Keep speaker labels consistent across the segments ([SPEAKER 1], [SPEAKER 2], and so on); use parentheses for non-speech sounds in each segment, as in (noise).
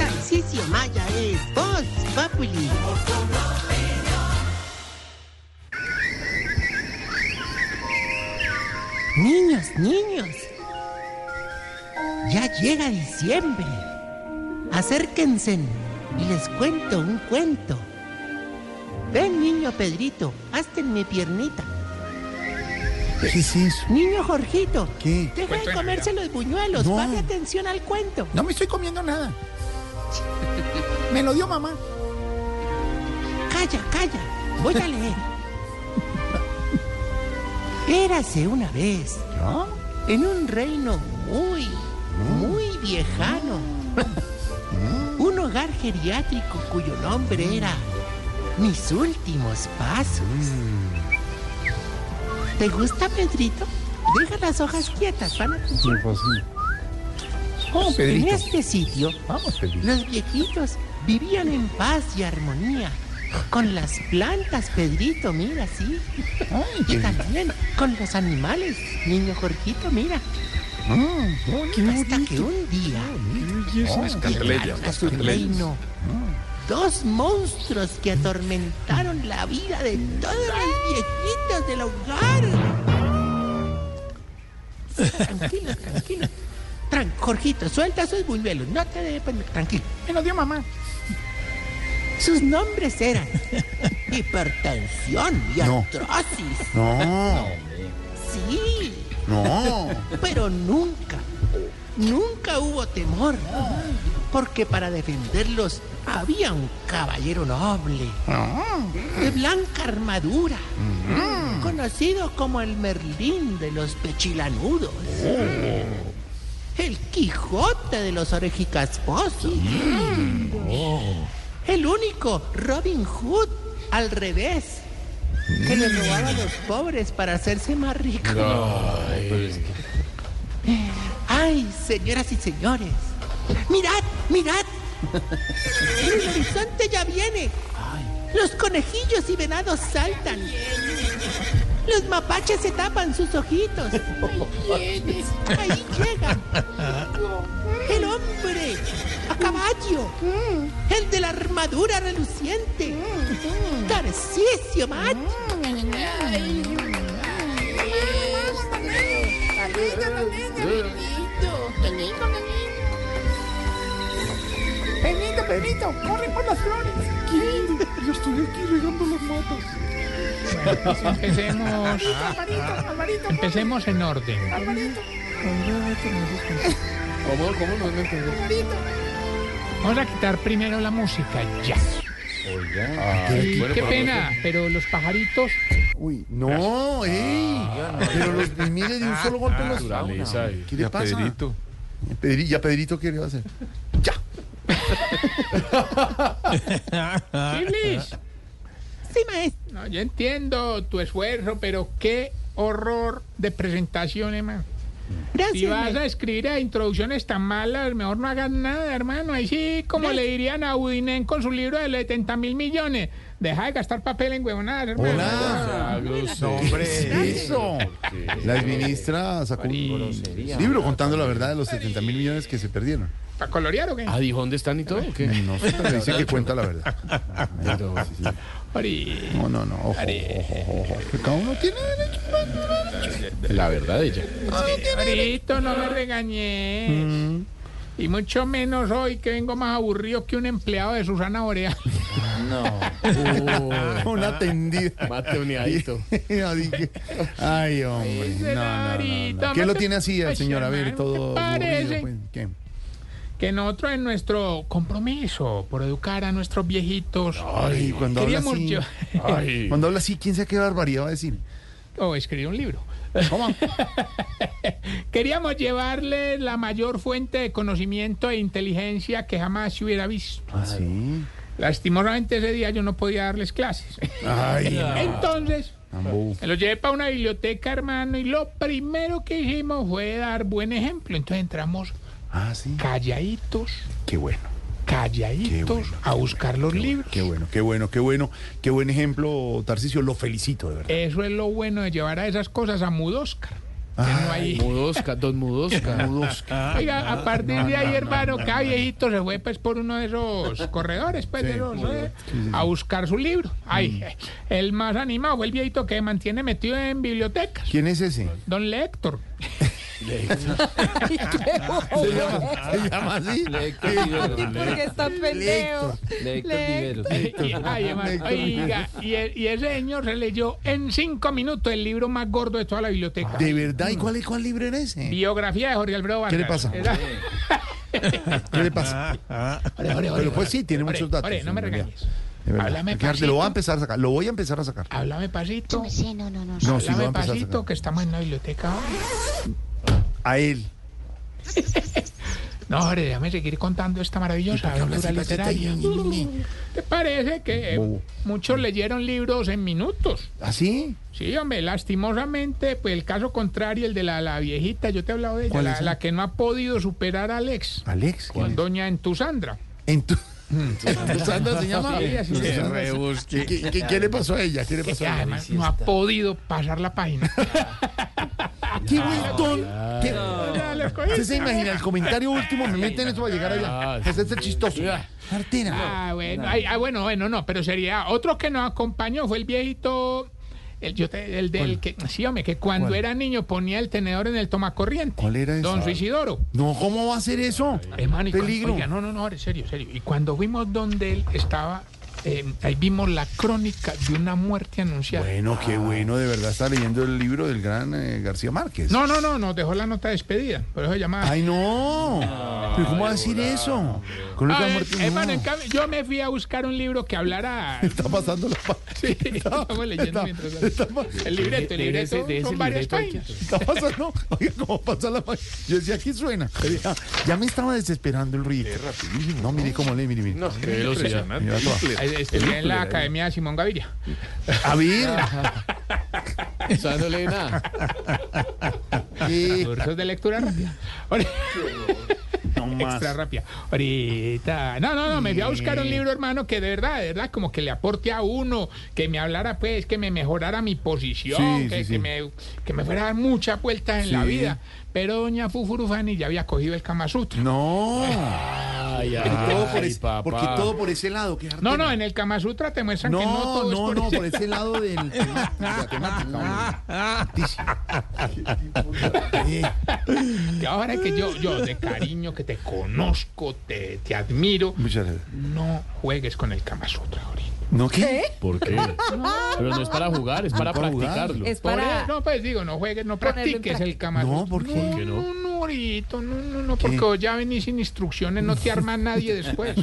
[SPEAKER 1] Radio Maya es Voz Populi. Niños, niños, ya llega diciembre. Acérquense y les cuento un cuento. Ven, niño Pedrito, hazte en mi piernita.
[SPEAKER 2] ¿Qué es eso?
[SPEAKER 1] Niño Jorgito,
[SPEAKER 2] ¿Qué?
[SPEAKER 1] deja
[SPEAKER 3] Cuento
[SPEAKER 1] de
[SPEAKER 3] de
[SPEAKER 1] comerse los buñuelos,
[SPEAKER 2] No.
[SPEAKER 1] pone atención al cuento.
[SPEAKER 2] No me estoy comiendo nada. Me lo dio mamá.
[SPEAKER 1] Calla, calla, voy a leer. Érase una vez
[SPEAKER 2] ¿No? Mm.
[SPEAKER 1] en un reino muy, muy viejano. Un hogar geriátrico cuyo nombre era Mis últimos pasos.
[SPEAKER 2] Mm.
[SPEAKER 1] ¿Te gusta, Pedrito? Deja las hojas quietas, van a funcionar.
[SPEAKER 2] pues Oh,
[SPEAKER 1] En
[SPEAKER 2] Pedrito.
[SPEAKER 1] este sitio,
[SPEAKER 2] Vamos, Pedrito.
[SPEAKER 1] los viejitos vivían en paz y armonía. Con las plantas, Pedrito, mira, sí.
[SPEAKER 2] Ay,
[SPEAKER 1] Y
[SPEAKER 2] Pedrito.
[SPEAKER 1] también con los animales, niño Jorgito, mira.
[SPEAKER 2] Mm, qué
[SPEAKER 1] Hasta que
[SPEAKER 2] bonito.
[SPEAKER 1] un día
[SPEAKER 3] Las cantaletas,
[SPEAKER 1] llegaron a
[SPEAKER 3] las
[SPEAKER 1] su
[SPEAKER 3] cantaletas.
[SPEAKER 1] reino dos monstruos que atormentaron la vida de todos los viejitos del hogar. Tranquilo, tranquilo. Tran- Jorgito, suelta esos buñuelos, no te debes... Tranquilo.
[SPEAKER 2] Me lo dio mamá.
[SPEAKER 1] Sus nombres eran hipertensión y
[SPEAKER 2] No.
[SPEAKER 1] artrosis.
[SPEAKER 2] No,
[SPEAKER 1] Sí,
[SPEAKER 2] (laughs) no.
[SPEAKER 1] pero nunca, nunca hubo temor. Porque para defenderlos había un caballero noble, de blanca armadura, conocido como el Merlín de los Pechilanudos, el Quijote de los Orejicasposos, el único Robin Hood al revés, que le robaba a los pobres para hacerse más rico. Ay, señoras y señores. Mirad, mirad. El horizonte ya viene. Los conejillos y venados saltan. Los mapaches se tapan sus ojitos. Ahí llegan. El hombre a caballo. El de la armadura reluciente. Tarcisio Mat.
[SPEAKER 2] Pedrito, Pedrito, corre por las flores. Qué lindo. Yo estoy aquí regando las matas.
[SPEAKER 4] Empecemos,
[SPEAKER 2] Alvarito, Alvarito,
[SPEAKER 4] empecemos en orden.
[SPEAKER 2] Alvarito,
[SPEAKER 4] Vamos a quitar primero la música, ya. Y qué pena, pero los pajaritos,
[SPEAKER 2] Uy, Ah, no, ey. Pero los primires de un solo golpe los
[SPEAKER 3] Naturaleza, eh.
[SPEAKER 2] ¿Qué
[SPEAKER 3] Y
[SPEAKER 2] le
[SPEAKER 3] a
[SPEAKER 2] pasa?
[SPEAKER 3] Pedrito.
[SPEAKER 2] Pedri- ya Pedrito qué le va a hacer.
[SPEAKER 4] Iblis.
[SPEAKER 1] Sí, maestro.
[SPEAKER 4] No, yo entiendo tu esfuerzo, pero qué horror de presentación, hermano. Si
[SPEAKER 1] Gracias.
[SPEAKER 4] vas
[SPEAKER 1] maestro.
[SPEAKER 4] a escribir a introducciones tan malas, mejor no hagas nada, hermano. Ahí sí, como le dirían a Udinen con su libro de los 70 mil millones, deja de gastar papel en huevonadas, hermano.
[SPEAKER 2] Hola. Ah, Hombre, eso. La ministra sacó un libro contando la verdad de los 70 mil millones que se perdieron.
[SPEAKER 4] ¿Para colorear o qué?
[SPEAKER 3] Ah, dijo, ¿dónde están y todo? o ¿Qué?
[SPEAKER 2] No sé, pero dice que cuenta la verdad.
[SPEAKER 4] Ori.
[SPEAKER 2] No, no, no. Ojo, ojo, ojo, ojo. Cada uno tiene derecho.
[SPEAKER 3] La verdad de ella.
[SPEAKER 4] Ahorita no me regañes.
[SPEAKER 2] Mm.
[SPEAKER 4] Y mucho menos hoy que vengo más aburrido que un empleado de Susana Borea. (laughs)
[SPEAKER 2] (laughs) Una
[SPEAKER 3] (laughs)
[SPEAKER 2] tendida.
[SPEAKER 3] Mate uneadito.
[SPEAKER 2] No, dije, Ay, hombre. No, no, no, no. ¿Qué lo tiene así el señor? A ver, todo.
[SPEAKER 4] ¿Te parece?
[SPEAKER 2] aburrido, pues. ¿Qué?
[SPEAKER 4] Que nosotros en nuestro compromiso por educar a nuestros viejitos.
[SPEAKER 2] Ay, cuando habla
[SPEAKER 4] queríamos
[SPEAKER 2] así.
[SPEAKER 4] llevar-
[SPEAKER 3] Ay.
[SPEAKER 2] Cuando habla así, quién sabe qué barbaridad va a decir.
[SPEAKER 4] (laughs) o escribir un libro.
[SPEAKER 2] ¿Cómo?
[SPEAKER 4] Queríamos llevarle la mayor fuente de conocimiento e inteligencia que jamás se hubiera visto.
[SPEAKER 2] Ah, Así.
[SPEAKER 4] Lastimosamente ese día yo no podía darles clases.
[SPEAKER 2] Ay,
[SPEAKER 4] Entonces,
[SPEAKER 2] tan bobo.
[SPEAKER 4] Me lo llevé para una biblioteca, hermano, y lo primero que hicimos fue dar buen ejemplo. Entonces entramos
[SPEAKER 2] Ah, sí.
[SPEAKER 4] calladitos,
[SPEAKER 2] Qué bueno. Qué
[SPEAKER 4] calladitos,
[SPEAKER 2] bueno,
[SPEAKER 4] a buscar los libros.
[SPEAKER 2] Qué bueno, qué bueno, qué bueno. Qué buen ejemplo, Tarcisio. Lo felicito, de verdad.
[SPEAKER 4] Eso es lo bueno de llevar a esas cosas a Mudóscar. no hay.
[SPEAKER 3] Mudosca, don Mudosca. Mudosca.
[SPEAKER 4] Oiga, a partir de ahí, hermano, cada viejito se fue pues por uno de esos corredores, pues, de los, eh, a buscar su libro. Ay,
[SPEAKER 2] Mm.
[SPEAKER 4] eh, el más animado fue el viejito que mantiene metido en bibliotecas.
[SPEAKER 2] ¿Quién es ese? (laughs)
[SPEAKER 4] Don Lector.
[SPEAKER 2] ¿Se llama, se llama así?
[SPEAKER 5] Porque está pendejo.
[SPEAKER 4] (laughs) Ay, hermano, oiga, y, el- y ese señor se leyó en cinco minutos el libro más gordo de toda la biblioteca.
[SPEAKER 2] ¿De verdad? ¿Y cuál, cuál libro era ese?
[SPEAKER 4] Biografía de Jorge Alfredo
[SPEAKER 2] ¿Qué le
[SPEAKER 4] Vargas.
[SPEAKER 2] pasa?
[SPEAKER 4] Era-
[SPEAKER 2] ¿Qué le pasa? Ah, Pero pues sí, tiene muchos datos.
[SPEAKER 4] Ore, no me
[SPEAKER 2] en realidad.
[SPEAKER 4] regañes.
[SPEAKER 2] De verdad.
[SPEAKER 4] Háblame,
[SPEAKER 2] Ricardo, Te lo voy a
[SPEAKER 4] pasito.
[SPEAKER 2] empezar a sacar. Lo voy a empezar a sacar.
[SPEAKER 4] Háblame, pasito.
[SPEAKER 6] Sí, no, no, no.
[SPEAKER 2] No, sí, lo voy a
[SPEAKER 4] Háblame,
[SPEAKER 2] empezar a sacar.
[SPEAKER 4] pasito, que estamos en la biblioteca.
[SPEAKER 2] A él.
[SPEAKER 4] No, hombre, déjame seguir contando esta maravillosa aventura literaria. ¿Te parece que eh,
[SPEAKER 2] Bobo.
[SPEAKER 4] muchos leyeron libros en minutos?
[SPEAKER 2] ¿Así?
[SPEAKER 4] Sí, hombre, lastimosamente, pues el caso contrario, el de la, la viejita, yo te he hablado de ella,
[SPEAKER 2] ¿Cuál
[SPEAKER 4] la,
[SPEAKER 2] es?
[SPEAKER 4] la que no ha podido superar a Alex,
[SPEAKER 2] Alex. ¿quién es?
[SPEAKER 4] doña Entusandra.
[SPEAKER 2] En tu... (laughs)
[SPEAKER 3] Sandra se llama?
[SPEAKER 4] Sí, así
[SPEAKER 3] Se
[SPEAKER 4] se llama.
[SPEAKER 3] rebusque.
[SPEAKER 2] ¿Qué, qué- qué- qué le pasó a ella? ¿Qué le
[SPEAKER 4] Que
[SPEAKER 2] pasó a ella?
[SPEAKER 4] además no ha podido pasar
[SPEAKER 2] (laughs)
[SPEAKER 4] la página.
[SPEAKER 2] Ah, ¡Qué vueltón! ¿Qué-
[SPEAKER 4] Ya la cogí.
[SPEAKER 2] ¿Usted se imagina el comentario último? Me meten eso para llegar allá. Pues este es chistoso. Martina.
[SPEAKER 4] Ah, bueno, ay, ah, bueno, bueno, no, pero sería otro que nos acompañó fue el viejito, el, yo te- el del que, sí, hombre, que cuando
[SPEAKER 2] ¿Cuál?
[SPEAKER 4] era niño ponía el tenedor en el tomacorriente.
[SPEAKER 2] ¿Cuál era ese?
[SPEAKER 4] Don Suicidoro.
[SPEAKER 2] No, ¿cómo va a ser eso?
[SPEAKER 4] Hermano, y cuando-
[SPEAKER 2] Peligro.
[SPEAKER 4] Eh, oiga, no, no, no, en serio, en serio. Y cuando fuimos donde él estaba, eh, ahí vimos la crónica de una muerte anunciada.
[SPEAKER 2] Bueno, qué bueno, de verdad está leyendo el libro del gran eh, García Márquez.
[SPEAKER 4] No, no, no, nos dejó la nota de despedida, por eso llamaba.
[SPEAKER 2] Ay, no. ¿Pero cómo va a decir eso? Con
[SPEAKER 4] Ah,
[SPEAKER 2] Lucas
[SPEAKER 4] eh,
[SPEAKER 2] Martínez,
[SPEAKER 4] hermano,
[SPEAKER 2] no.
[SPEAKER 4] en cambio, yo me fui a buscar un libro que
[SPEAKER 2] (laughs)
[SPEAKER 4] hablara.
[SPEAKER 2] Está pasando la pa-
[SPEAKER 4] Sí, (laughs) estamos leyendo
[SPEAKER 2] está-
[SPEAKER 4] mientras
[SPEAKER 2] está pa-
[SPEAKER 4] El libreto, el
[SPEAKER 3] De ese-
[SPEAKER 4] libreto
[SPEAKER 3] de ese
[SPEAKER 4] son varias
[SPEAKER 3] libreto hay que-
[SPEAKER 4] páginas.
[SPEAKER 2] Está pasando. Oiga, ¿cómo pasa la pa- Yo decía, aquí suena. Ya- Ya me estaba desesperando el ruido. No, mire cómo lee, mire, mire.
[SPEAKER 3] Qué velocidad.
[SPEAKER 2] Mira, toda.
[SPEAKER 4] Ahí Estudié en la Academia de Simón Gaviria.
[SPEAKER 2] A ver.
[SPEAKER 3] O sea, no lee nada.
[SPEAKER 2] eh,
[SPEAKER 4] Cursos de lectura rápida. Ori-
[SPEAKER 2] no más.
[SPEAKER 4] Extra rápida. Ahorita. No, no, no, me fui a buscar un libro, hermano, que de verdad, de verdad, como que le aporte a uno, que me hablara, pues, que me mejorara mi posición,
[SPEAKER 2] Sí,
[SPEAKER 4] que,
[SPEAKER 2] sí, sí.
[SPEAKER 4] que me, que me fuera a dar muchas vueltas en la
[SPEAKER 2] Sí.
[SPEAKER 4] vida. Pero doña Fufurufani ya había cogido el Kama Sutra.
[SPEAKER 2] No.
[SPEAKER 3] Ay, ay,
[SPEAKER 2] Todo por ese-
[SPEAKER 3] papá.
[SPEAKER 2] porque todo por ese lado. qué
[SPEAKER 4] No,
[SPEAKER 2] jartera.
[SPEAKER 4] no, en el Kama Sutra te muestran
[SPEAKER 2] No,
[SPEAKER 4] que no todo es
[SPEAKER 2] no,
[SPEAKER 4] por
[SPEAKER 2] no,
[SPEAKER 4] ese-
[SPEAKER 2] por ese lado del tema- de la temática. hombre. Eh,
[SPEAKER 4] (laughs) que ahora que yo, yo de cariño, que te conozco, te, te (laughs) admiro,
[SPEAKER 2] Muchas gracias.
[SPEAKER 4] no juegues con el Kama Sutra, Ori.
[SPEAKER 2] ¿No qué?
[SPEAKER 3] ¿Por qué? Pero no es para jugar, es para
[SPEAKER 2] para jugar.
[SPEAKER 3] practicarlo.
[SPEAKER 5] Es
[SPEAKER 4] Por
[SPEAKER 5] para.
[SPEAKER 4] eso, no, pues digo, no juegues, no
[SPEAKER 5] Ponerlo en
[SPEAKER 4] practiques el Kama
[SPEAKER 2] No,
[SPEAKER 4] Sutra.
[SPEAKER 2] ¿por qué?
[SPEAKER 3] ¿Por qué
[SPEAKER 4] No,
[SPEAKER 3] no?
[SPEAKER 4] no, Orito, no, no, no, porque vos ya venís sin instrucciones, no
[SPEAKER 2] (laughs)
[SPEAKER 4] te arma nadie después.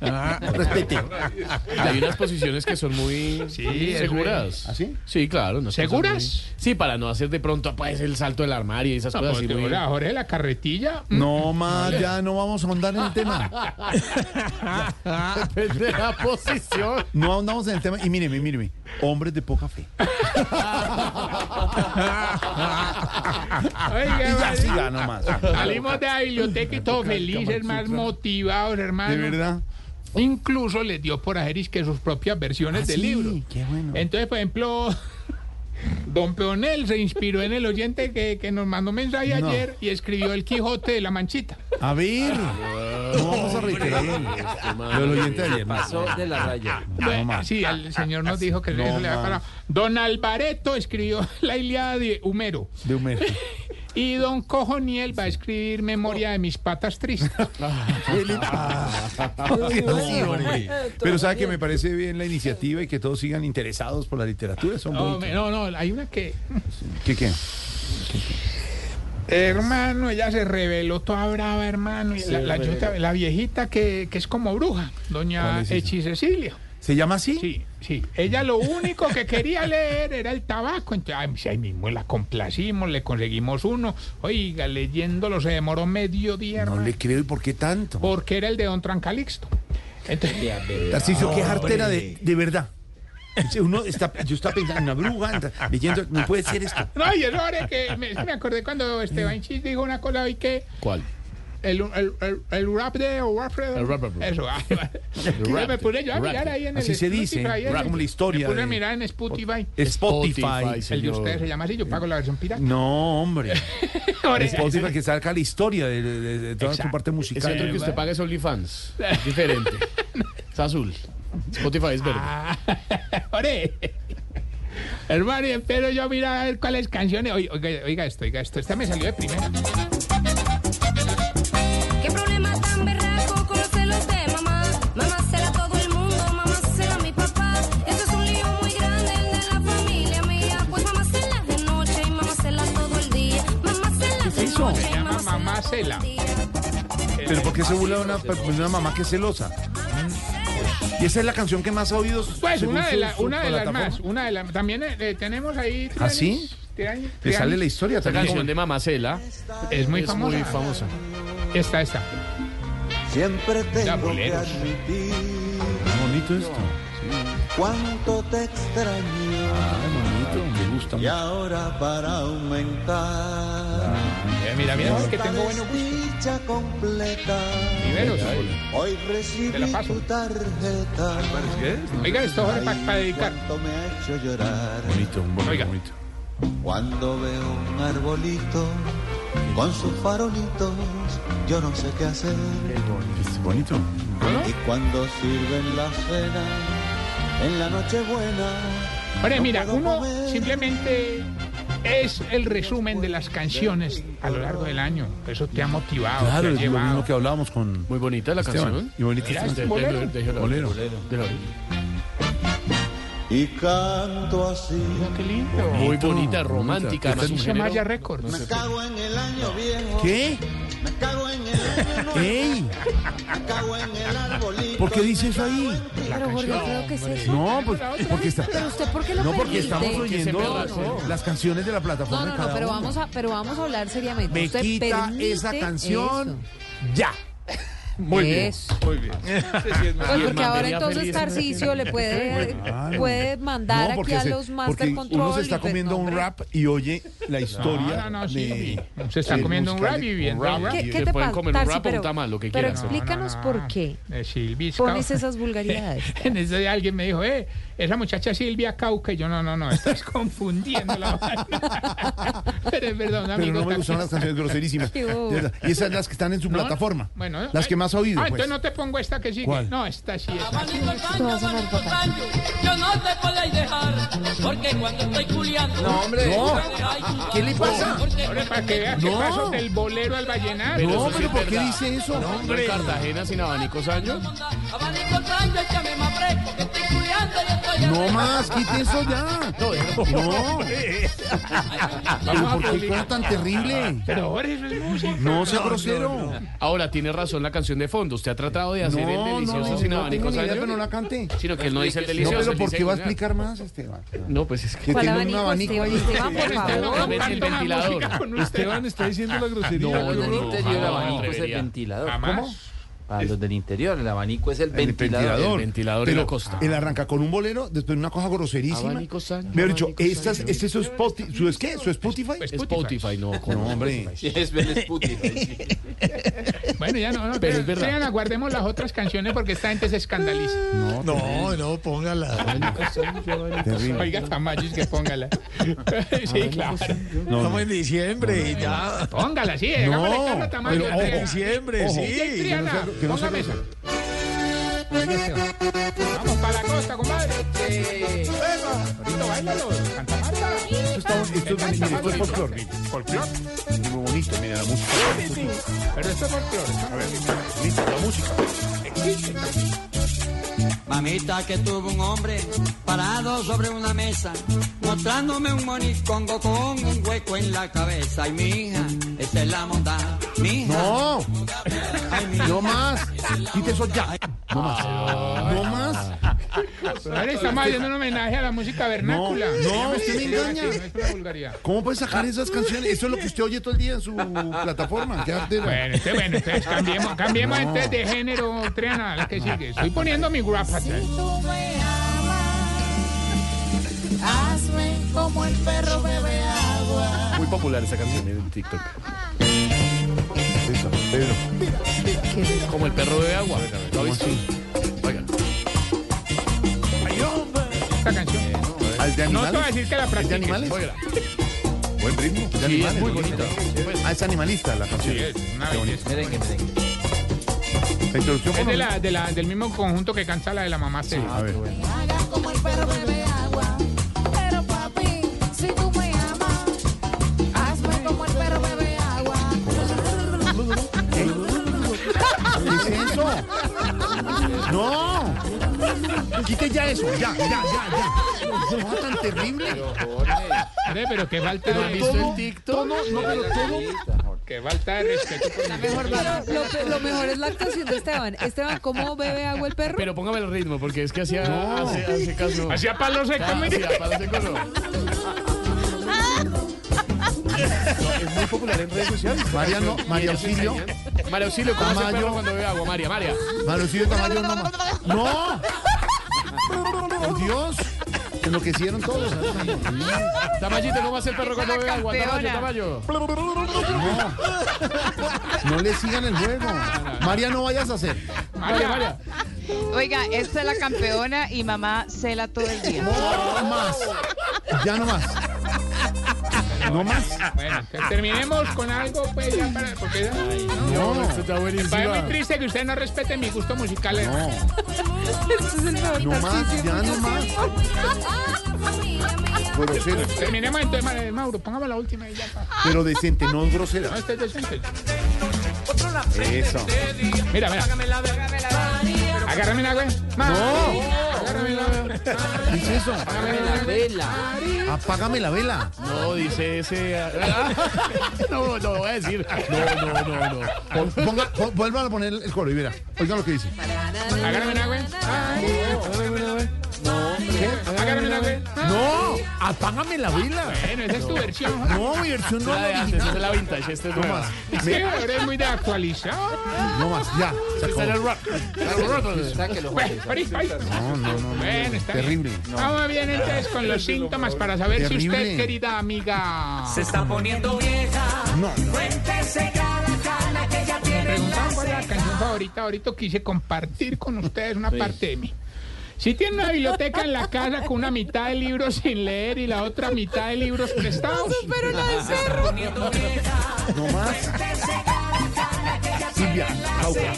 [SPEAKER 2] Ah, Respete.
[SPEAKER 3] Hay unas posiciones que son muy
[SPEAKER 4] Sí, es
[SPEAKER 3] seguras.
[SPEAKER 2] ¿Ah, sí?
[SPEAKER 3] Sí, claro. no sé, son
[SPEAKER 4] ¿Seguras? pues,
[SPEAKER 3] muy- Sí, para no hacer de pronto pues, el salto del armario y esas cosas así. muy-
[SPEAKER 4] Ahora, Jorge, la carretilla.
[SPEAKER 2] No más, ya no vamos a ahondar en el tema.
[SPEAKER 3] Depende (laughs) de la posición.
[SPEAKER 2] No ahondamos en el tema. Y míreme, míreme. Hombres de poca fe.
[SPEAKER 4] ah, Oiga,
[SPEAKER 2] Y ya,
[SPEAKER 4] vale.
[SPEAKER 2] Ah,
[SPEAKER 4] Ah,
[SPEAKER 2] sí, ya nomás.
[SPEAKER 4] Salimos de la biblioteca y todos felices, más motivados, hermano.
[SPEAKER 2] De verdad.
[SPEAKER 4] Incluso les dio por Ajeris que sus propias versiones
[SPEAKER 2] Ah,
[SPEAKER 4] de
[SPEAKER 2] sí,
[SPEAKER 4] libros.
[SPEAKER 2] qué bueno.
[SPEAKER 4] Entonces, por ejemplo, (laughs) Don Peonel se inspiró en el oyente que, que nos mandó mensaje
[SPEAKER 2] No.
[SPEAKER 4] ayer y escribió El Quijote de la Manchita.
[SPEAKER 2] A ver. No vamos a reiterar. Lo del oyente de ayer. no.
[SPEAKER 7] Pasó de la raya.
[SPEAKER 4] Bueno,
[SPEAKER 2] más.
[SPEAKER 4] sí, el señor nos dijo que
[SPEAKER 2] No
[SPEAKER 4] eso le había
[SPEAKER 2] más.
[SPEAKER 4] parado. Don Alvareto escribió (laughs) la Iliada de Humero.
[SPEAKER 2] De Humberto.
[SPEAKER 4] Y don Cojoniel va a escribir Memoria de mis patas tristes.
[SPEAKER 2] (laughs)
[SPEAKER 4] (laughs)
[SPEAKER 2] No, Ah. hombre. Pero sabe que me parece bien la iniciativa y que todos sigan interesados por la literatura. Son
[SPEAKER 4] No,
[SPEAKER 2] bonitos.
[SPEAKER 4] me- no, no, hay una
[SPEAKER 2] (laughs)
[SPEAKER 4] que.
[SPEAKER 2] ¿Qué qué?
[SPEAKER 4] Hermano, ella se reveló toda brava, hermano. y la, la- yo te- la viejita que, que es como bruja,
[SPEAKER 2] ¿Cuál
[SPEAKER 4] doña
[SPEAKER 2] es esa?
[SPEAKER 4] Echi Cecilia.
[SPEAKER 2] ¿Se llama así?
[SPEAKER 4] Sí, sí. Ella lo único que quería leer era el tabaco. Entonces, ay, sí, ahí mismo la complacimos, le conseguimos uno. Oiga, leyéndolo se demoró medio día,
[SPEAKER 2] No
[SPEAKER 4] hermano,
[SPEAKER 2] le creo. ¿Y por qué tanto?
[SPEAKER 4] porque era el de don Trancalixto. Entonces,
[SPEAKER 2] Tarcisio, qué jartera de, de verdad. Sí, Uno está, yo estaba pensando en una bruja, en- leyendo, no puede ser esto.
[SPEAKER 4] No, y es hora que me, me acordé cuando Esteban Chis dijo una cosa hoy que
[SPEAKER 3] ¿Cuál?
[SPEAKER 4] el, el, el, el rap de Warfred.
[SPEAKER 3] El rap, rap, rap.
[SPEAKER 4] Eso, ah,
[SPEAKER 3] El
[SPEAKER 4] Yo
[SPEAKER 3] rap.
[SPEAKER 4] me pone yo a
[SPEAKER 3] Rap.
[SPEAKER 4] mirar ahí en
[SPEAKER 2] Así
[SPEAKER 4] el
[SPEAKER 2] se dice,
[SPEAKER 4] Spotify, ahí
[SPEAKER 2] rap,
[SPEAKER 4] en-
[SPEAKER 2] como la historia
[SPEAKER 4] Me pone a
[SPEAKER 2] de-
[SPEAKER 4] mirar en Spotify.
[SPEAKER 2] Spotify.
[SPEAKER 4] El de
[SPEAKER 3] señor.
[SPEAKER 4] ustedes se llama así, yo pago la
[SPEAKER 2] (laughs)
[SPEAKER 4] versión pirata.
[SPEAKER 2] No, hombre.
[SPEAKER 4] Ahora-
[SPEAKER 2] Spotify que saca la historia de, de- de toda su
[SPEAKER 4] Exacto.
[SPEAKER 2] parte
[SPEAKER 3] Es otro
[SPEAKER 2] musical.
[SPEAKER 3] que usted paga es OnlyFans. Es diferente. Es azul. Spotify es verde.
[SPEAKER 4] Ah, (laughs) ore. Hermano, y espero yo mirar a ver cuáles canciones. Oiga, oiga, oiga esto, oiga esto. Esta me salió de primera.
[SPEAKER 5] ¿Qué problema tan berraco con los celos de mamá? Mamá será todo el mundo, mamá será mi papá. Eso es un lío muy grande, el de la familia mía. Pues mamá será de noche y mamá será todo el día. Mamá será de noche y
[SPEAKER 4] llama
[SPEAKER 5] mamá
[SPEAKER 4] Mamá
[SPEAKER 5] será
[SPEAKER 4] Cela.
[SPEAKER 5] todo el día.
[SPEAKER 2] Pero ¿por qué se burla de una, pues, de una mamá que es celosa? Y esa es la canción que más ha oído.
[SPEAKER 4] Pues
[SPEAKER 2] según
[SPEAKER 4] una de,
[SPEAKER 2] su-
[SPEAKER 4] la-
[SPEAKER 2] su
[SPEAKER 4] una de las
[SPEAKER 2] plataforma.
[SPEAKER 4] más. Una de las. También eh, eh, tenemos ahí.
[SPEAKER 2] ¿Ah, sí?
[SPEAKER 4] Trianis,
[SPEAKER 2] Le
[SPEAKER 4] Trianis.
[SPEAKER 2] sale la historia
[SPEAKER 3] Esa
[SPEAKER 2] también.
[SPEAKER 3] canción de Mamacela
[SPEAKER 4] Es muy
[SPEAKER 3] es
[SPEAKER 4] famosa.
[SPEAKER 3] muy famosa.
[SPEAKER 4] Esta, esta.
[SPEAKER 8] Siempre
[SPEAKER 4] Ya,
[SPEAKER 8] tengo que
[SPEAKER 4] boleros.
[SPEAKER 8] admitir
[SPEAKER 2] Qué bonito esto.
[SPEAKER 8] cuánto te extrañé
[SPEAKER 2] Ay, bonito. Me gusta
[SPEAKER 8] y
[SPEAKER 2] mucho.
[SPEAKER 8] ahora para aumentar
[SPEAKER 4] Eh, mira, mira, es que
[SPEAKER 8] esta
[SPEAKER 4] tengo bueno.
[SPEAKER 8] desdicha completa.
[SPEAKER 4] Primeros.
[SPEAKER 8] Hoy
[SPEAKER 4] Te la
[SPEAKER 8] recibí
[SPEAKER 4] paso.
[SPEAKER 8] tu tarjeta.
[SPEAKER 4] Oiga, esto es para dedicar.
[SPEAKER 8] Cuánto me ha hecho llorar
[SPEAKER 2] Bonito, un bonito,
[SPEAKER 4] Oiga.
[SPEAKER 2] bonito.
[SPEAKER 8] cuando veo un arbolito con sus farolitos. Yo no sé qué hacer.
[SPEAKER 2] Es bonito.
[SPEAKER 8] Y cuando sirven la cena en la noche buena.
[SPEAKER 4] Oye, mira, uno simplemente es el resumen de las canciones a lo largo del año. Eso te ha motivado,
[SPEAKER 2] Claro,
[SPEAKER 4] te ha
[SPEAKER 2] es lo mismo
[SPEAKER 4] llevado.
[SPEAKER 2] que hablábamos con
[SPEAKER 3] Muy bonita la
[SPEAKER 2] Esteban.
[SPEAKER 3] canción.
[SPEAKER 2] Y bonito
[SPEAKER 4] Mira,
[SPEAKER 2] este
[SPEAKER 4] este bolero.
[SPEAKER 3] Déjelo- déjelo-
[SPEAKER 2] Bolero.
[SPEAKER 3] déjelo ahí.
[SPEAKER 8] Y canto así.
[SPEAKER 4] Qué lindo.
[SPEAKER 3] Muy
[SPEAKER 2] Bonito,
[SPEAKER 3] bonita,
[SPEAKER 2] bonita.
[SPEAKER 3] romántica.
[SPEAKER 2] Esta
[SPEAKER 3] además
[SPEAKER 2] es
[SPEAKER 3] un
[SPEAKER 2] una
[SPEAKER 3] género-
[SPEAKER 4] Maya Records.
[SPEAKER 8] Me cago en el año viejo.
[SPEAKER 2] ¿Qué?
[SPEAKER 8] Me cago en el año
[SPEAKER 2] (laughs)
[SPEAKER 8] nuevo.
[SPEAKER 2] ¡Ey!
[SPEAKER 8] Me cago en el arbolito.
[SPEAKER 2] ¿Por qué dice eso ahí?
[SPEAKER 9] Pero Jorge Alfredo, ¿qué es eso?
[SPEAKER 2] No, pues porque está.
[SPEAKER 9] Pero usted, ¿por qué lo
[SPEAKER 2] No, porque
[SPEAKER 9] permite?
[SPEAKER 2] estamos oyendo las canciones de la
[SPEAKER 9] No,
[SPEAKER 2] plataforma.
[SPEAKER 9] no,
[SPEAKER 2] de
[SPEAKER 9] no,
[SPEAKER 2] cada
[SPEAKER 9] pero
[SPEAKER 2] uno.
[SPEAKER 9] vamos, a, pero vamos a hablar seriamente.
[SPEAKER 2] Me
[SPEAKER 9] ¿Usted
[SPEAKER 2] quita
[SPEAKER 9] permite
[SPEAKER 2] esa canción
[SPEAKER 9] eso?
[SPEAKER 2] ya. Muy bien.
[SPEAKER 9] Eso.
[SPEAKER 2] Muy bien.
[SPEAKER 9] Pues porque
[SPEAKER 3] mandaría
[SPEAKER 9] ahora entonces
[SPEAKER 3] feliz.
[SPEAKER 9] Tarcicio le puede,
[SPEAKER 2] Claro.
[SPEAKER 9] puede mandar
[SPEAKER 2] No,
[SPEAKER 9] aquí
[SPEAKER 2] porque
[SPEAKER 9] a
[SPEAKER 2] se-
[SPEAKER 9] los
[SPEAKER 2] porque
[SPEAKER 9] Master Control.
[SPEAKER 2] uno se
[SPEAKER 9] y
[SPEAKER 2] está
[SPEAKER 9] pues,
[SPEAKER 2] comiendo
[SPEAKER 9] no,
[SPEAKER 2] un
[SPEAKER 9] hombre.
[SPEAKER 2] rap y oye la historia.
[SPEAKER 4] No, no, no, sí.
[SPEAKER 2] de-
[SPEAKER 4] Se está
[SPEAKER 2] de
[SPEAKER 4] comiendo un
[SPEAKER 2] buscar-
[SPEAKER 4] rap y viendo un rap.
[SPEAKER 9] ¿Qué, qué
[SPEAKER 3] Y se
[SPEAKER 9] te
[SPEAKER 3] pueden
[SPEAKER 9] pasa?
[SPEAKER 3] comer un
[SPEAKER 9] Tarsi,
[SPEAKER 3] rap o
[SPEAKER 9] pero,
[SPEAKER 3] un tamal, lo que
[SPEAKER 9] pero
[SPEAKER 3] quieran.
[SPEAKER 9] explícanos por qué
[SPEAKER 4] Eh, Silvia
[SPEAKER 9] pones
[SPEAKER 4] (laughs) Scau-
[SPEAKER 9] esas vulgaridades.
[SPEAKER 4] En eso alguien me dijo, eh, esa muchacha Silvia Cauca. Y yo, no, no, no, estás (laughs) confundiendo la vaina. (laughs) Pero es verdad, un
[SPEAKER 2] Pero
[SPEAKER 4] amigo
[SPEAKER 2] no me
[SPEAKER 4] también.
[SPEAKER 2] gustan las canciones
[SPEAKER 9] (laughs)
[SPEAKER 2] groserísimas.
[SPEAKER 9] Qué bobo.
[SPEAKER 2] De verdad. Y esas las que están en su
[SPEAKER 4] No, no.
[SPEAKER 2] plataforma.
[SPEAKER 4] Bueno, eh,
[SPEAKER 2] las que más ha oído.
[SPEAKER 4] Ah,
[SPEAKER 2] pues.
[SPEAKER 4] entonces no te pongo esta que sigue.
[SPEAKER 2] ¿Cuál?
[SPEAKER 4] No, esta sí es.
[SPEAKER 10] Abanico el
[SPEAKER 9] Esto va
[SPEAKER 10] baño,
[SPEAKER 9] a sonar
[SPEAKER 10] abanico el
[SPEAKER 9] fatal.
[SPEAKER 10] baño, yo no te podéis dejar, porque cuando estoy culiando... No, hombre, ¿qué le pasa?
[SPEAKER 4] Ahora para que veas que paso del bolero al vallenato.
[SPEAKER 3] Pero
[SPEAKER 2] No,
[SPEAKER 3] eso sí
[SPEAKER 2] pero
[SPEAKER 3] es
[SPEAKER 2] ¿por qué
[SPEAKER 3] verdad.
[SPEAKER 2] dice eso?
[SPEAKER 3] No, hombre. Cartagena sin abanico, Sancho.
[SPEAKER 10] Abanico el baño, échame más fresco, que estoy culiando y estoy...
[SPEAKER 2] No más, quite eso ya.
[SPEAKER 4] (laughs)
[SPEAKER 2] No. Pero ¿por qué cosa tan terrible?
[SPEAKER 4] Pero ahora eso es música.
[SPEAKER 2] No sea grosero.
[SPEAKER 3] Ahora tiene razón la canción de fondo. Usted ha tratado de hacer el
[SPEAKER 2] No, no,
[SPEAKER 3] delicioso
[SPEAKER 2] no,
[SPEAKER 3] sin
[SPEAKER 2] no tengo
[SPEAKER 3] abanico,
[SPEAKER 2] ni idea,
[SPEAKER 3] Sancho,
[SPEAKER 2] pero no la cante.
[SPEAKER 3] Sino que él no dice el
[SPEAKER 2] No,
[SPEAKER 3] delicioso.
[SPEAKER 2] pero
[SPEAKER 3] él
[SPEAKER 2] ¿por
[SPEAKER 3] dice
[SPEAKER 2] qué va a
[SPEAKER 3] vulgar.
[SPEAKER 2] explicar más, Esteban?
[SPEAKER 3] No, pues es que.
[SPEAKER 2] Que
[SPEAKER 9] ¿Cuál
[SPEAKER 2] tiene un
[SPEAKER 9] abanico,
[SPEAKER 2] abanico
[SPEAKER 9] Esteban?
[SPEAKER 2] ahí.
[SPEAKER 9] Esteban, por
[SPEAKER 4] Está
[SPEAKER 9] favor.
[SPEAKER 4] loco,
[SPEAKER 3] Mete el
[SPEAKER 4] cantando la
[SPEAKER 3] ventilador.
[SPEAKER 4] música con usted.
[SPEAKER 11] Esteban está diciendo la grosería.
[SPEAKER 3] No, no,
[SPEAKER 11] Yo creo-
[SPEAKER 3] no. jamás,
[SPEAKER 12] el abanico es el
[SPEAKER 3] atrevería.
[SPEAKER 12] ventilador.
[SPEAKER 4] Jamás.
[SPEAKER 12] Para los del interior, el abanico es el
[SPEAKER 2] El
[SPEAKER 12] ventilador.
[SPEAKER 2] ventilador.
[SPEAKER 3] El ventilador en la costa.
[SPEAKER 2] Él arranca con un bolero, después una cosa groserísima.
[SPEAKER 3] Abanico Sancho,
[SPEAKER 2] Me he dicho,
[SPEAKER 3] abanico
[SPEAKER 2] ¿esta es,
[SPEAKER 3] Sancho.
[SPEAKER 2] ¿este es su Spotify? ¿Su es qué? ¿Su Spotify?
[SPEAKER 4] Pues,
[SPEAKER 3] Spotify, no. con-
[SPEAKER 2] No, hombre.
[SPEAKER 12] Sí, es Ben Spotify, sí.
[SPEAKER 4] Bueno, ya no, no.
[SPEAKER 3] (laughs) Pero es verdad.
[SPEAKER 4] Triana, guardemos las otras canciones porque esta gente se escandaliza.
[SPEAKER 11] No, no, póngala.
[SPEAKER 2] Terrible.
[SPEAKER 4] Oiga, Tamayo, es que póngala. (laughs)
[SPEAKER 3] Ah,
[SPEAKER 4] sí, claro.
[SPEAKER 11] Estamos en diciembre y ya.
[SPEAKER 4] Póngala, sí. Hagámosle caso a Tamayo.
[SPEAKER 2] pero ojo.
[SPEAKER 11] En
[SPEAKER 4] Triana.
[SPEAKER 11] diciembre,
[SPEAKER 2] Ojo.
[SPEAKER 4] Sí,
[SPEAKER 11] sí.
[SPEAKER 4] Triana,
[SPEAKER 2] que no sea
[SPEAKER 4] póngame esa. Vamos para la costa, compadre. Sí. Ahorita bailalo, Santa Marta.
[SPEAKER 2] Esto está bonito, esto es bonito, esto es folclore.
[SPEAKER 4] Folclore.
[SPEAKER 2] Muy bonito, mira la música.
[SPEAKER 4] Pero esto es folclore.
[SPEAKER 2] Bonito, la música.
[SPEAKER 10] Mamita que tuvo un hombre parado sobre una mesa, mostrándome un monicongo con un hueco en la cabeza. Ay, mija, esa es la monda, mija.
[SPEAKER 2] No, no más. Quite eso ya. No más. No más.
[SPEAKER 4] Ahora estamos haciendo un homenaje a la música vernácula. este
[SPEAKER 2] No, no,
[SPEAKER 4] me
[SPEAKER 2] usted me engaña.
[SPEAKER 4] No es una vulgaridad.
[SPEAKER 2] ¿Cómo puede sacar esas canciones? Eso es lo que usted oye todo el día en su plataforma. Qué artero.
[SPEAKER 4] Bueno, entonces, bueno, entonces cambiemos, cambiemos entonces de género, Triana, la que sigue. Estoy poniendo mi rap atrás.
[SPEAKER 5] Tú me amas, hazme como el perro bebe agua.
[SPEAKER 4] ¿eh?
[SPEAKER 3] Muy popular esa canción en TikTok.
[SPEAKER 2] Eso. Pedro. ¿eh?
[SPEAKER 3] Como el perro bebe agua. ¿Lo ha visto? Oigan.
[SPEAKER 4] Esta canción.
[SPEAKER 2] ¿Al de
[SPEAKER 4] No te
[SPEAKER 2] animales?
[SPEAKER 4] voy a decir que la
[SPEAKER 2] ¿Es de
[SPEAKER 4] practiques.
[SPEAKER 2] animales?
[SPEAKER 4] Óigala.
[SPEAKER 2] Buen ritmo. De
[SPEAKER 3] Sí, es
[SPEAKER 2] animales,
[SPEAKER 3] muy
[SPEAKER 2] ¿no?
[SPEAKER 3] bonita.
[SPEAKER 2] Ah, es animalista la canción.
[SPEAKER 4] Sí, es una belleza.
[SPEAKER 13] Merengue, merengue.
[SPEAKER 2] La introducción
[SPEAKER 4] Es
[SPEAKER 2] por
[SPEAKER 4] de
[SPEAKER 2] lo menos.
[SPEAKER 4] la, de la- del mismo conjunto que canta la de la mamá Cel.
[SPEAKER 2] A ver.
[SPEAKER 7] Como el perro bebe agua, pero papi, si tú me amas, hazme como el perro bebe agua.
[SPEAKER 2] ¿Qué es eso? ¡No! Quite ya eso. Ya, ya, ya, ya. No, tan terrible.
[SPEAKER 4] Hombre, pero qué falta
[SPEAKER 3] ¿Lo has
[SPEAKER 4] de
[SPEAKER 3] visto en TikTok? No, pero
[SPEAKER 4] qué falta de respeto. por mi-
[SPEAKER 5] Pero lo, pe- lo mejor es la actuación de Esteban. Esteban, ¿cómo bebe agua el perro?
[SPEAKER 3] Pero póngame el ritmo, porque es que hacía hace, hace caso.
[SPEAKER 4] Hacía palos secos,
[SPEAKER 3] Ah,
[SPEAKER 4] mire.
[SPEAKER 3] sí, aparece con lo- No, es muy popular en redes sociales.
[SPEAKER 2] María no, María Auxilio.
[SPEAKER 3] María Auxilio, ¿cómo hace el perro
[SPEAKER 2] Tamayo.
[SPEAKER 3] cuando bebe agua? María, María.
[SPEAKER 2] Manucillo Tamayo no. ma- ¡No! ¡Por Dios! Se enloquecieron todos.
[SPEAKER 3] Tamayito, ¿cómo hace el perro cuando bebe agua? Tamayo, Tamayo.
[SPEAKER 2] No le sigan el juego. María, no vayas a hacer.
[SPEAKER 3] María, María.
[SPEAKER 14] Oiga, esta es la campeona y mamá cela todo el día.
[SPEAKER 2] No más. Ya no más. No más.
[SPEAKER 4] Bueno, que terminemos con algo, pues, ya para... Porque ya-
[SPEAKER 3] No, esto está buenísimo.
[SPEAKER 4] Para mí es muy triste que usted no respete mi gusto musical. ¿eh?
[SPEAKER 2] No.
[SPEAKER 5] Este es el mejor
[SPEAKER 2] No más,
[SPEAKER 5] ejercicio.
[SPEAKER 2] ya no más. Fue grosero.
[SPEAKER 4] Terminemos entonces, Ma- Mauro, pongamos la última y ya. pa.
[SPEAKER 2] Pero decente, no grosera.
[SPEAKER 3] Ah,
[SPEAKER 4] No, este es decente.
[SPEAKER 2] Eso.
[SPEAKER 4] Mira, mira. Agárrame la güey. No. Agárrame la güey.
[SPEAKER 2] ¿Qué es eso?
[SPEAKER 13] Hágame la vela.
[SPEAKER 2] Apágame la vela.
[SPEAKER 3] No, dice ese. ah, No, no, voy a decir. No, no, no, no.
[SPEAKER 2] Ponga, po- vuelvan a poner el coro y verá. Oigan lo que dice.
[SPEAKER 4] Agárrame la güey. Ah, Agárrame la güey.
[SPEAKER 2] No, apágame la vela.
[SPEAKER 4] Bueno, esa es tu versión.
[SPEAKER 2] (laughs)
[SPEAKER 4] Jorge.
[SPEAKER 2] No, mi versión no
[SPEAKER 3] La de
[SPEAKER 2] la
[SPEAKER 3] antes, Ah, esa es
[SPEAKER 2] original.
[SPEAKER 3] la vintage, esta es
[SPEAKER 2] No
[SPEAKER 3] nueva.
[SPEAKER 2] más.
[SPEAKER 4] Es que eres muy de actualizado.
[SPEAKER 2] No más, ya. Se
[SPEAKER 3] Esta era el
[SPEAKER 2] acabó.
[SPEAKER 3] rock. El rock.
[SPEAKER 13] Sáquelo, Jorge.
[SPEAKER 4] Bueno, ay, ay.
[SPEAKER 2] No, no, no.
[SPEAKER 4] Bueno, está bien.
[SPEAKER 2] Terrible.
[SPEAKER 4] Vamos bien entonces con los síntomas para saber si
[SPEAKER 2] Terrible.
[SPEAKER 4] usted, querida amiga.
[SPEAKER 10] Se está poniendo vieja.
[SPEAKER 2] No, no.
[SPEAKER 10] Cuéntese cada cana que ya
[SPEAKER 4] Me
[SPEAKER 10] tiene
[SPEAKER 4] preguntaban cuál es la canción favorita. Ahorita quise compartir con ustedes una parte de mí. Si tiene una biblioteca en la casa con una mitad de libros sin leer y la otra mitad de libros prestados.
[SPEAKER 5] Pero la del cerro.
[SPEAKER 2] No más. Silvia, Laura.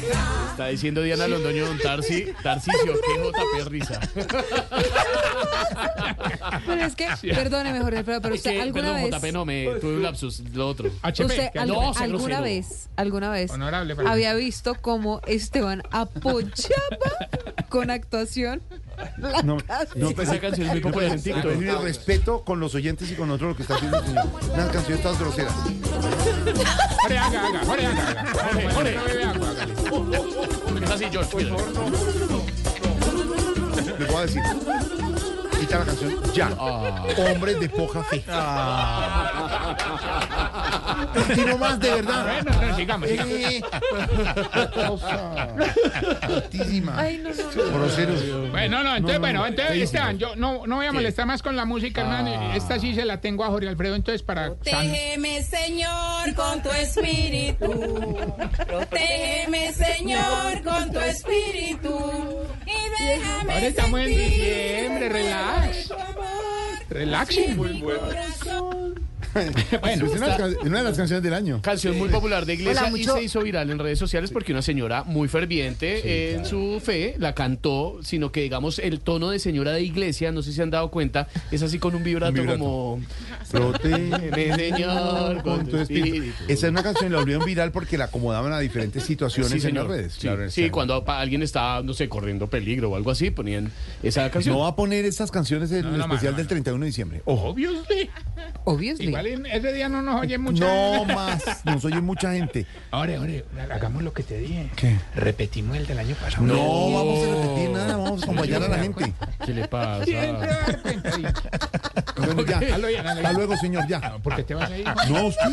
[SPEAKER 3] Está diciendo Diana Londoño Don Tarsi, Tarcisio, que JP risa.
[SPEAKER 5] Pero es que, perdóneme, Jorge Alfredo, pero usted
[SPEAKER 3] Que,
[SPEAKER 5] alguna
[SPEAKER 3] perdón, JP,
[SPEAKER 5] vez.
[SPEAKER 3] no, me tuve un lapsus, lo otro.
[SPEAKER 4] HP,
[SPEAKER 5] Usted
[SPEAKER 4] que
[SPEAKER 5] al-
[SPEAKER 3] no, sea
[SPEAKER 5] alguna
[SPEAKER 3] grosero.
[SPEAKER 5] vez, alguna vez
[SPEAKER 4] Honorable, perdón.
[SPEAKER 5] había visto cómo Esteban apoyaba con actuación
[SPEAKER 4] (laughs)
[SPEAKER 5] la
[SPEAKER 2] No,
[SPEAKER 5] casa.
[SPEAKER 2] no, pues,
[SPEAKER 3] Esa canción es muy popular en TikTok.
[SPEAKER 2] Pedir respeto con los oyentes y con nosotros lo que está haciendo el señor. Unas canciones todas groseras.
[SPEAKER 4] Jorge, haga, haga, Jorge, haga, haga.
[SPEAKER 3] Jorge, Jorge.
[SPEAKER 4] No bebe agua, hágale.
[SPEAKER 3] Es así, George. mira.
[SPEAKER 2] Les voy a decir. Quita la canción ya.
[SPEAKER 4] Ah.
[SPEAKER 2] Hombres de poca fe. (laughs) Y no más, de verdad.
[SPEAKER 4] Bueno, pues, no, sigamos, sigamos.
[SPEAKER 2] Eh, cosa altísima.
[SPEAKER 5] Ay, no, no, no.
[SPEAKER 2] Eh, Groseros.
[SPEAKER 4] Bueno, Pues, no, entonces, bueno, entonces,
[SPEAKER 2] feísimo.
[SPEAKER 4] Esteban, yo no, no voy a molestar más con la música, hermano. Esta sí se la tengo a Jorge Alfredo, entonces para... San-
[SPEAKER 7] Protégeme, Señor, con tu espíritu. Protégeme, Señor, con tu espíritu. Y déjame
[SPEAKER 4] Ahora estamos en
[SPEAKER 7] sentir
[SPEAKER 4] diciembre, relax.
[SPEAKER 7] tu amor.
[SPEAKER 4] Relaxing.
[SPEAKER 7] Mi corazón.
[SPEAKER 2] Es Pues, una, de las can- una de las canciones del año.
[SPEAKER 3] Canción muy popular de iglesia
[SPEAKER 6] Hola,
[SPEAKER 3] y
[SPEAKER 6] mucho-
[SPEAKER 3] se hizo viral en redes sociales porque una señora muy ferviente en su fe la cantó, sino que digamos el tono de señora de iglesia, no sé si se han dado cuenta, es así con un vibrato,
[SPEAKER 2] vibrato.
[SPEAKER 3] como
[SPEAKER 2] (laughs) Protégeme,
[SPEAKER 3] Señor,
[SPEAKER 2] con tu espíritu. Esa es una canción, la volvieron viral porque la acomodaban a diferentes situaciones
[SPEAKER 3] Sí,
[SPEAKER 2] en las
[SPEAKER 3] señor.
[SPEAKER 2] redes.
[SPEAKER 3] Sí,
[SPEAKER 2] Claro, en
[SPEAKER 3] sí,
[SPEAKER 2] Instagram.
[SPEAKER 3] cuando pa- alguien estaba, no sé, corriendo peligro o algo así, ponían esa canción.
[SPEAKER 2] No va a poner estas canciones en
[SPEAKER 4] No,
[SPEAKER 2] el
[SPEAKER 4] no,
[SPEAKER 2] especial
[SPEAKER 4] no,
[SPEAKER 2] del 31 de diciembre. Ojo.
[SPEAKER 4] Obviously.
[SPEAKER 5] Obviously.
[SPEAKER 4] Igual en- ese día no nos oye mucho.
[SPEAKER 2] No más, nos oye mucha gente.
[SPEAKER 4] Ahora, ahora, hagamos lo que te dije.
[SPEAKER 2] ¿Qué?
[SPEAKER 4] Repetimos el del año pasado.
[SPEAKER 2] No, vamos a repetir nada, vamos a acompañar a la gente.
[SPEAKER 3] ¿Qué le pasa?
[SPEAKER 4] Siempre va a arrepentir.
[SPEAKER 2] Bueno, ya.
[SPEAKER 4] ¿Por qué? Hazlo bien, hazlo
[SPEAKER 2] Hasta
[SPEAKER 4] bien.
[SPEAKER 2] luego, señor, ya.
[SPEAKER 4] Ah, ¿Por qué te vas a ir?
[SPEAKER 2] No, usted.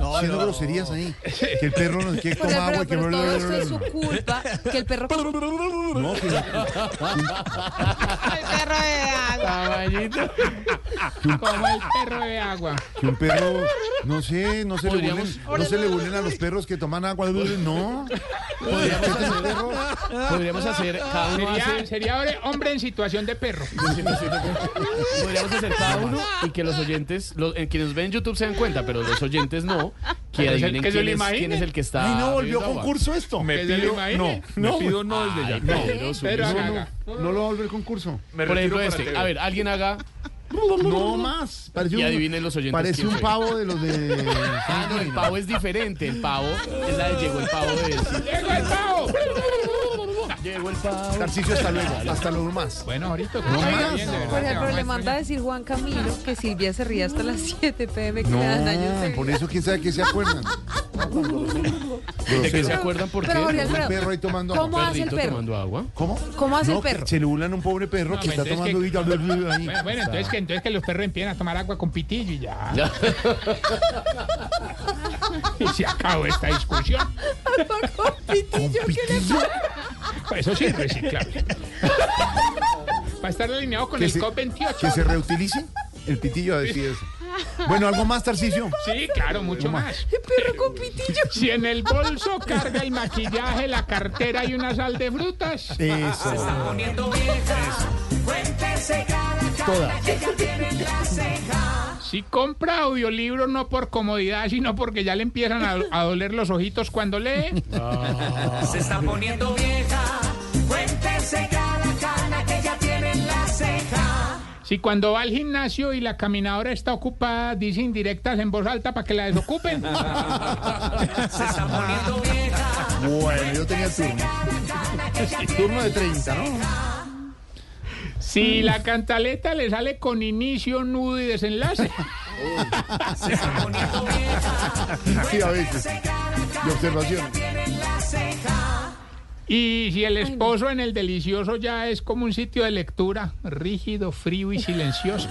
[SPEAKER 4] No,
[SPEAKER 2] haciendo
[SPEAKER 4] no.
[SPEAKER 2] groserías ahí. Que el perro no quiere
[SPEAKER 5] Pero,
[SPEAKER 2] tomar agua.
[SPEAKER 5] pero,
[SPEAKER 2] y que
[SPEAKER 5] pero
[SPEAKER 2] bla,
[SPEAKER 5] todo
[SPEAKER 2] bla,
[SPEAKER 5] esto
[SPEAKER 2] bla,
[SPEAKER 5] es su
[SPEAKER 2] bla.
[SPEAKER 5] culpa, que el perro...
[SPEAKER 2] No, que,
[SPEAKER 14] El perro de agua.
[SPEAKER 3] (laughs) Caballito.
[SPEAKER 4] Como el perro de agua.
[SPEAKER 2] que un perro. No sé, no se, le
[SPEAKER 3] Podríamos-
[SPEAKER 2] bulen, no se le bulen a los perros que toman agua. No.
[SPEAKER 3] Podríamos hacer, podríamos hacer cada uno
[SPEAKER 4] Sería,
[SPEAKER 3] hace-
[SPEAKER 4] sería hombre- hombre en situación de perro.
[SPEAKER 3] (laughs) podríamos hacer cada uno y que los oyentes, los, eh, quienes ven YouTube se dan cuenta, pero los oyentes no, que
[SPEAKER 4] Pero es el
[SPEAKER 3] adivinen
[SPEAKER 4] que se
[SPEAKER 3] quién
[SPEAKER 4] lo
[SPEAKER 3] es,
[SPEAKER 4] imaginen.
[SPEAKER 3] quién es el que está.
[SPEAKER 2] Y no volvió
[SPEAKER 3] bebiendo agua.
[SPEAKER 2] concurso esto.
[SPEAKER 4] Me
[SPEAKER 2] pido-
[SPEAKER 4] no,
[SPEAKER 2] no.
[SPEAKER 3] no desde ya. Pedro, su-
[SPEAKER 4] Pero
[SPEAKER 3] su-
[SPEAKER 4] haga,
[SPEAKER 2] no,
[SPEAKER 4] haga.
[SPEAKER 2] No lo va a volver concurso.
[SPEAKER 3] Por ejemplo, este. A ver, alguien haga
[SPEAKER 2] No más. Parece
[SPEAKER 3] y
[SPEAKER 2] un-
[SPEAKER 3] adivinen los oyentes.
[SPEAKER 2] Parece
[SPEAKER 3] quién
[SPEAKER 2] un
[SPEAKER 3] fue.
[SPEAKER 2] pavo de los de. (laughs)
[SPEAKER 3] Ah, no, el pavo es diferente. El pavo es la de llegó el pavo de.
[SPEAKER 4] ¡Llegó el pavo!
[SPEAKER 3] Llegó el pavo.
[SPEAKER 2] Tarcicio, hasta luego. Hasta luego más.
[SPEAKER 4] Bueno, ahorita.
[SPEAKER 2] No más.
[SPEAKER 5] Por ejemplo, le manda a decir Juan Camilo que Silvia se ría hasta las 7 pm, que le dan años de
[SPEAKER 2] No, por eso quién sabe qué se acuerdan.
[SPEAKER 3] ¿De qué se
[SPEAKER 2] Grosero.
[SPEAKER 3] acuerdan por qué?
[SPEAKER 5] Pero, Jorge
[SPEAKER 2] Un
[SPEAKER 5] Alfredo,
[SPEAKER 2] perro ahí tomando
[SPEAKER 5] ¿Cómo
[SPEAKER 2] agua.
[SPEAKER 5] hace el
[SPEAKER 3] Perrito
[SPEAKER 5] perro?
[SPEAKER 3] tomando agua.
[SPEAKER 2] ¿Cómo?
[SPEAKER 5] ¿Cómo hace
[SPEAKER 2] No,
[SPEAKER 5] el
[SPEAKER 2] que
[SPEAKER 5] perro?
[SPEAKER 2] Se le burlan a un pobre perro que está
[SPEAKER 4] entonces
[SPEAKER 2] tomando
[SPEAKER 4] que-
[SPEAKER 2] vida. (laughs) ahí.
[SPEAKER 4] Bueno, bueno, entonces que, entonces que los perros empiezan a tomar agua con pitillo y ya.
[SPEAKER 3] Ya.
[SPEAKER 4] (laughs) Y se acabó esta discusión.
[SPEAKER 2] ¿Con pitillo?
[SPEAKER 4] Pues Eso sí es reciclable. Para estar alineado con
[SPEAKER 2] Que
[SPEAKER 4] el
[SPEAKER 2] se-
[SPEAKER 4] COP28.
[SPEAKER 2] ¿Que se reutilice? El pitillo a decir eso. Bueno, ¿algo más, Tarcicio?
[SPEAKER 4] Sí, claro, mucho más.
[SPEAKER 5] Perro con pitillo.
[SPEAKER 4] Si en el bolso carga el maquillaje, la cartera y una sal de frutas.
[SPEAKER 2] Eh, Eso. Todas.
[SPEAKER 4] Si compra audiolibro no por comodidad, sino porque ya le empiezan a, a doler los ojitos cuando lee.
[SPEAKER 10] Se está poniendo vieja, cuéntese cada cana que ya tiene en la ceja.
[SPEAKER 4] Si cuando va al gimnasio y la caminadora está ocupada, dice indirectas en voz alta para que la desocupen.
[SPEAKER 10] Se está poniendo vieja.
[SPEAKER 2] Bueno, yo tenía turno. Turno de 30, ¿no?
[SPEAKER 4] Si la cantaleta le sale con inicio, nudo y desenlace.
[SPEAKER 2] Sí, a veces. De observación.
[SPEAKER 4] Y si el esposo en el delicioso ya es como un sitio de lectura, rígido, frío y silencioso.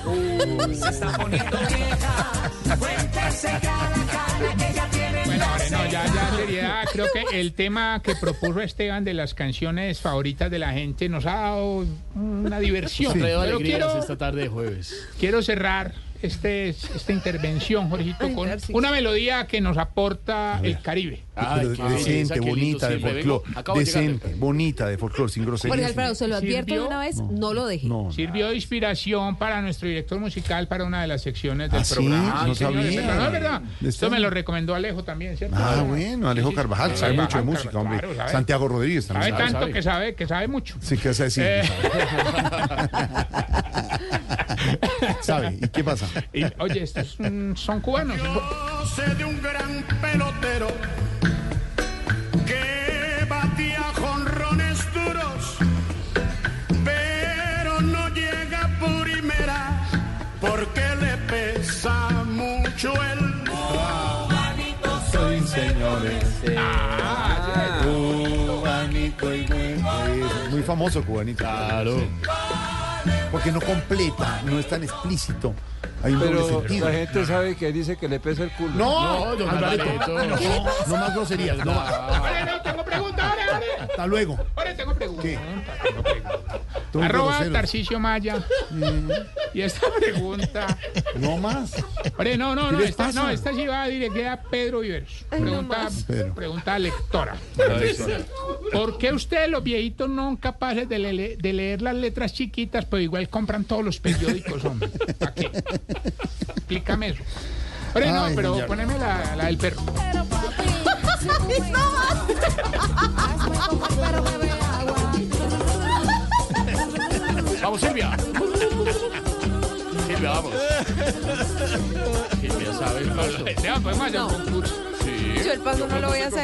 [SPEAKER 4] Bueno, hombre, no, ya, ya seriedad. Creo que el tema que propuso Esteban de las canciones favoritas de la gente nos ha dado una diversión.
[SPEAKER 3] Trae
[SPEAKER 4] Pero
[SPEAKER 3] alegrías
[SPEAKER 4] quiero,
[SPEAKER 3] esta tarde de jueves.
[SPEAKER 4] quiero cerrar este, esta intervención, Jorgito,
[SPEAKER 5] Ay,
[SPEAKER 4] con
[SPEAKER 5] Tarcisio.
[SPEAKER 4] una melodía que nos aporta el Caribe.
[SPEAKER 2] Pero
[SPEAKER 3] Ay, qué belleza,
[SPEAKER 2] decente,
[SPEAKER 3] qué lindo,
[SPEAKER 2] bonita de
[SPEAKER 3] siempre
[SPEAKER 2] folclore.
[SPEAKER 3] vengo. Acabo de llegar del
[SPEAKER 2] Decente, bonita de folclore, sin
[SPEAKER 5] Jorge
[SPEAKER 2] groserías.
[SPEAKER 5] Alfredo, se lo advierto de
[SPEAKER 4] ¿Sirvió?
[SPEAKER 5] una vez, no lo deje.
[SPEAKER 2] No,
[SPEAKER 4] Sirvió de inspiración para nuestro director musical para una de las secciones del
[SPEAKER 2] ¿Ah, sí?
[SPEAKER 4] programa.
[SPEAKER 2] No
[SPEAKER 4] señor,
[SPEAKER 2] sabía.
[SPEAKER 4] es verdad, es verdad.
[SPEAKER 2] ¿De
[SPEAKER 4] Esto
[SPEAKER 2] este?
[SPEAKER 4] me lo recomendó Alejo también, ¿cierto?
[SPEAKER 2] Ah, bueno, Alejo Carvajal sabe mucho de música, hombre.
[SPEAKER 4] claro, sabe.
[SPEAKER 2] Santiago Rodríguez
[SPEAKER 4] Sabe
[SPEAKER 2] también sabe.
[SPEAKER 4] tanto
[SPEAKER 3] sabe.
[SPEAKER 4] que sabe, que sabe mucho.
[SPEAKER 2] Sí, ¿qué vas a decir?
[SPEAKER 4] Eh.
[SPEAKER 2] (laughs) ¿Sabe? ¿Y qué
[SPEAKER 3] (laughs)
[SPEAKER 2] pasa? Eh,
[SPEAKER 4] Y, oye, estos mm, son cubanos.
[SPEAKER 15] sé de un gran pelotero que batía jonrones duros, pero no llega a primera porque le pesa mucho el
[SPEAKER 8] eh.
[SPEAKER 2] Es muy famoso cubanito.
[SPEAKER 3] Claro.
[SPEAKER 2] Porque no completa, no es tan explícito. Hay un doble sentido.
[SPEAKER 13] gente sabe que dice que le pesa el culo.
[SPEAKER 15] Oh,
[SPEAKER 2] No,
[SPEAKER 3] No, don
[SPEAKER 2] Alvarito,
[SPEAKER 3] Alvarito.
[SPEAKER 2] no, no más groserías, no más.
[SPEAKER 15] Ah,
[SPEAKER 4] Ore, no, tengo pregunta, ore, ore.
[SPEAKER 2] Hasta luego.
[SPEAKER 4] Ore, tengo pregunta.
[SPEAKER 2] ¿Qué?
[SPEAKER 4] Tengo pregunta.
[SPEAKER 2] Todo
[SPEAKER 4] Arroba
[SPEAKER 2] grosero. Mm.
[SPEAKER 4] Tarcicio Maya. Y esta pregunta.
[SPEAKER 2] No más.
[SPEAKER 4] Ore, no, no,
[SPEAKER 2] ¿Qué
[SPEAKER 4] no.
[SPEAKER 2] les
[SPEAKER 4] Esta,
[SPEAKER 2] pasa?
[SPEAKER 4] no, esta sí va directa a Pedro Viveros. Pregunta,
[SPEAKER 2] Pedro.
[SPEAKER 4] pregunta lectora. ¿Por qué ustedes, los viejitos, no son capaces de, lele- de leer las letras chiquitas, pero igual compran todos los periódicos, hombre? ¿Para qué? Explícame eso. Ore, no,
[SPEAKER 2] Ay,
[SPEAKER 4] pero
[SPEAKER 2] señor.
[SPEAKER 4] poneme la, la del perro. (laughs)
[SPEAKER 3] Vamos, Silvia. Silvia, vamos. Silvia, ¿sabes?
[SPEAKER 4] pues, Esteban, podemos hacer un concurso.
[SPEAKER 5] Yo el paso no lo voy a hacer.